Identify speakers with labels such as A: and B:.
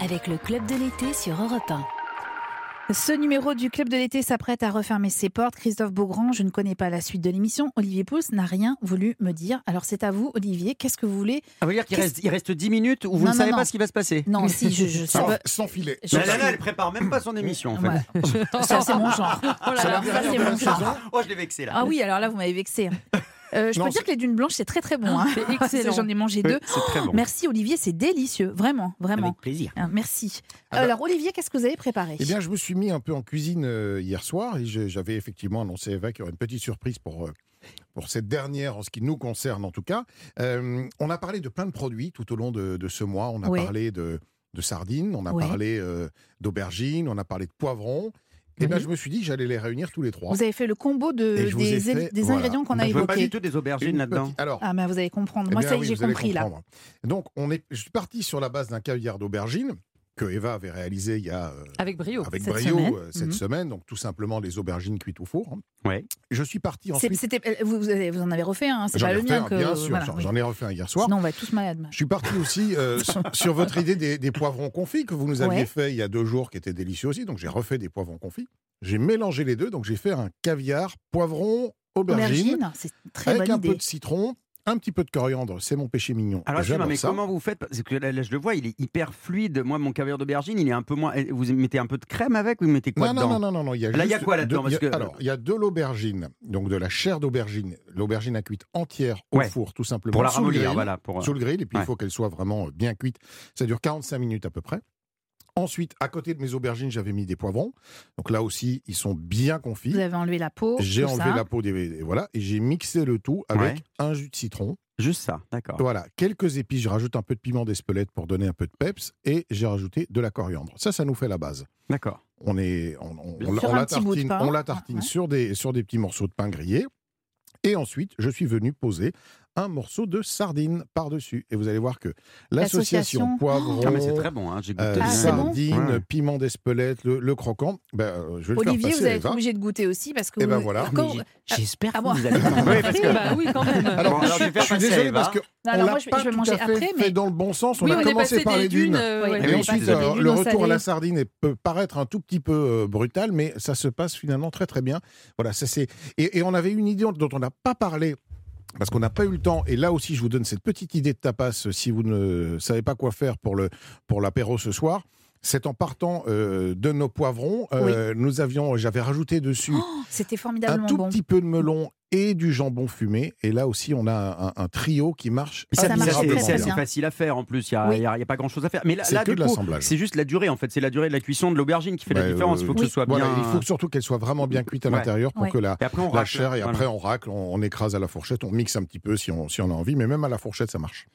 A: avec le club de l'été sur Europe 1.
B: Ce numéro du Club de l'été s'apprête à refermer ses portes. Christophe Beaugrand, je ne connais pas la suite de l'émission. Olivier Pouls n'a rien voulu me dire. Alors c'est à vous, Olivier. Qu'est-ce que vous voulez
C: Ça veut Ah, dire qu'il
B: Qu'est-ce-
C: reste, il reste 10 minutes où vous
B: Non,
C: ne
B: non,
C: savez
B: non.
C: pas ce qui va se passer
B: Non, si, je. je- ça
D: sans,
B: va-
D: sans filet.
B: je-
C: Mais là, là, elle prépare même pas son émission en fait.
B: Voilà. Ça, c'est mon genre.
C: là,
B: Ça, c'est mon genre.
C: Oh, je l'ai vexé là.
B: Ah oui, alors là, vous m'avez vexé. je
D: Non,
B: peux dire
D: c'est-
B: que les dunes blanches, c'est très très bon. hein.
E: C'est excellent.
B: J'en ai mangé
C: Oui,
B: deux. Oh,
C: C'est très bon.
B: Merci Olivier, c'est délicieux, vraiment, vraiment.
C: Avec plaisir.
B: Hein, Merci.
D: Ah bah-
B: Alors Olivier, qu'est-ce que vous avez préparé
D: Eh bien, je me suis mis un peu en cuisine euh, hier soir et je- j'avais effectivement annoncé à Eva qu'il y aurait une petite surprise pour, euh, pour cette dernière, en ce qui nous concerne en tout cas. Euh, on a parlé de plein de produits tout au long de, de ce mois. On a
B: Ouais.
D: parlé de, de sardines, on a
B: Ouais.
D: parlé euh, d'aubergines, on a parlé de poivrons. Et bien, je me suis dit que j'allais les réunir tous les trois.
B: Vous avez fait le combo de,
D: Et je vous ai
B: des,
D: fait-
B: des
D: voilà. Bah,
B: ingrédients qu'on
D: Je
B: a
D: veux
C: Je veux pas
B: évoqués.
C: du tout des aubergines
D: Une
C: là-dedans.
D: petite- Alors,
B: Ah, mais vous allez comprendre.
D: Eh
B: Moi,
D: bien
B: ça y est,
D: oui,
B: j'ai
D: vous allez
B: compris là.
D: comprendre. Donc, on est, je suis parti sur la base d'un caviar d'aubergine que Eva avait réalisé il y a euh,
E: Avec brio.
D: avec
B: cette
D: brio
B: semaine.
D: euh, cette
B: Mhm.
D: semaine, donc tout simplement les aubergines cuites au four.
C: Ouais.
D: Je suis parti
B: C'est-
D: ensuite.
B: c'était- euh, vous, vous avez- vous en avez refait un, hein, c'est
D: J'en
B: pas
D: ai
B: le
D: refait
B: mien
D: un,
B: que.
D: bien sûr,
B: voilà,
D: j'en-
B: oui.
D: j'en ai refait un hier soir.
B: Sinon, on va tous malades.
D: Je suis parti aussi euh, sur, sur votre idée des, des poivrons confits que vous nous aviez
B: Ouais.
D: fait il y a deux jours, qui étaient délicieux aussi. Donc j'ai refait des poivrons confits. J'ai mélangé les deux, donc j'ai fait un caviar poivron aubergine,
B: Aubergine, c'est une très
D: avec un
B: bonne
D: peu
B: idée.
D: de citron, un petit peu de coriandre. C'est mon péché mignon.
C: Alors, excusez-moi,
D: J'adore
C: mais
D: ça.
C: comment vous faites Parce que là, là, je le vois, il est hyper fluide. Moi, mon caviar d'aubergine, il est un peu moins. eh, Vous mettez un peu de crème avec Vous mettez quoi
D: non,
C: dedans
D: non, non, non, non, il y a
C: Là, il y a
D: juste
C: quoi là-dedans,
D: deux- il y a-
C: parce que-
D: Alors, il y a de l'aubergine, donc de la chair d'aubergine, l'aubergine à cuite entière
C: Ouais.
D: au four, tout simplement.
C: Pour la
D: sous le
C: ramollir,
D: grill.
C: voilà. Pour, euh,
D: sous le grill et puis
C: Ouais.
D: il faut qu'elle soit vraiment euh, bien cuite. Ça dure 45 minutes à peu près. Ensuite, à côté de mes aubergines, j'avais mis des poivrons. Donc là aussi, ils sont bien confits.
B: Vous avez enlevé la peau.
D: J'ai
B: tout
D: enlevé
B: ça.
D: la peau des et voilà et j'ai mixé le tout avec
C: Ouais. Ah.
D: un jus de citron.
C: Juste ça, d'accord.
D: Voilà, quelques épices, je rajoute un peu de piment d'Espelette pour donner un peu de peps et j'ai rajouté de la coriandre. Ça ça nous fait la base.
C: D'accord.
D: On est on, on-
C: Sur
B: un
D: on la- on la
B: petit bout de
D: tartine,
B: pain.
D: on la tartine
B: Ouais.
D: sur des sur des petits morceaux de pain grillé. Et ensuite, je suis venu poser un morceau de sardine par-dessus. Et vous allez voir que l'association
B: L'association.
D: poivron,
C: Ah, mais
B: Oh.
C: c'est très bon, hein, j'ai goûté.
D: euh,
B: Ah, c'est bon
D: sardine,
C: Ouais.
D: piment d'Espelette, le, le croquant. Ben, euh, je vais le
B: Olivier,
D: faire
B: vous
D: passer,
B: allez être
D: Eva.
B: obligé de goûter aussi parce que.
D: Eh ben
B: vous-
D: voilà.
B: quand-
C: Ah, Mais j'ai- J'espère
B: Ah, bon.
C: que vous allez. oui, parce que.
E: Bah oui, quand même.
D: Ah,
C: Bon, alors, je vais
D: je
C: faire passer
D: suis
C: à
D: désolé
C: Eva.
D: parce que
B: Non,
D: on
B: alors
D: l'a
B: moi, je vais
D: pas
B: je vais
D: tout
B: manger
D: à fait
B: après,
D: fait
B: mais.
D: dans le bon sens. On
E: oui,
D: a
E: on est
D: commencé
E: passé
D: par
E: des
D: les dunes.
E: euh, ouais.
C: Et
D: Et
C: oui,
D: ensuite,
C: passé
D: euh,
B: des dunes
D: le
B: au
D: retour à
B: salé.
D: la sardine est- peut paraître un tout petit peu euh, brutal, mais ça se passe finalement très très bien. Voilà, ça c'est. Et, et on avait une idée dont on n'a pas parlé. Parce qu'on n'a pas eu le temps, et là aussi je vous donne cette petite idée de tapas euh, si vous ne savez pas quoi faire pour le pour l'apéro ce soir. C'est en partant euh, de nos poivrons, euh, nous avions, j'avais rajouté dessus
B: Oh, C'était
D: un
B: formidablement
D: tout
B: bon.
D: petit peu de melon et du jambon fumé, et là aussi on a un, un- un trio qui marche.
C: Mais ça,
B: Oh, Ça
C: c'est-
B: marche
C: c'est-
B: très,
C: c'est
B: très
C: assez
B: bien.
C: facile à faire en plus. Il n'y a,
B: Oui.
C: il y a- il y a pas grand chose à faire. Mais là,
D: C'est
C: là
D: que
C: du
D: de
C: coup,
D: l'assemblage.
C: c'est juste la durée en fait. C'est la durée de la cuisson de l'aubergine qui fait
D: Bah,
C: la différence. Il faut que
B: oui.
C: ce soit
D: Voilà,
C: bien.
D: il faut surtout qu'elle soit vraiment bien cuite à
C: Ouais.
D: l'intérieur pour
B: Ouais.
D: que la,
C: Et après, on
D: la
C: racle.
D: chair et
C: Voilà.
D: après on racle, on, on écrase à la fourchette, on mixe un petit peu si on, si on a envie, mais même à la fourchette ça marche.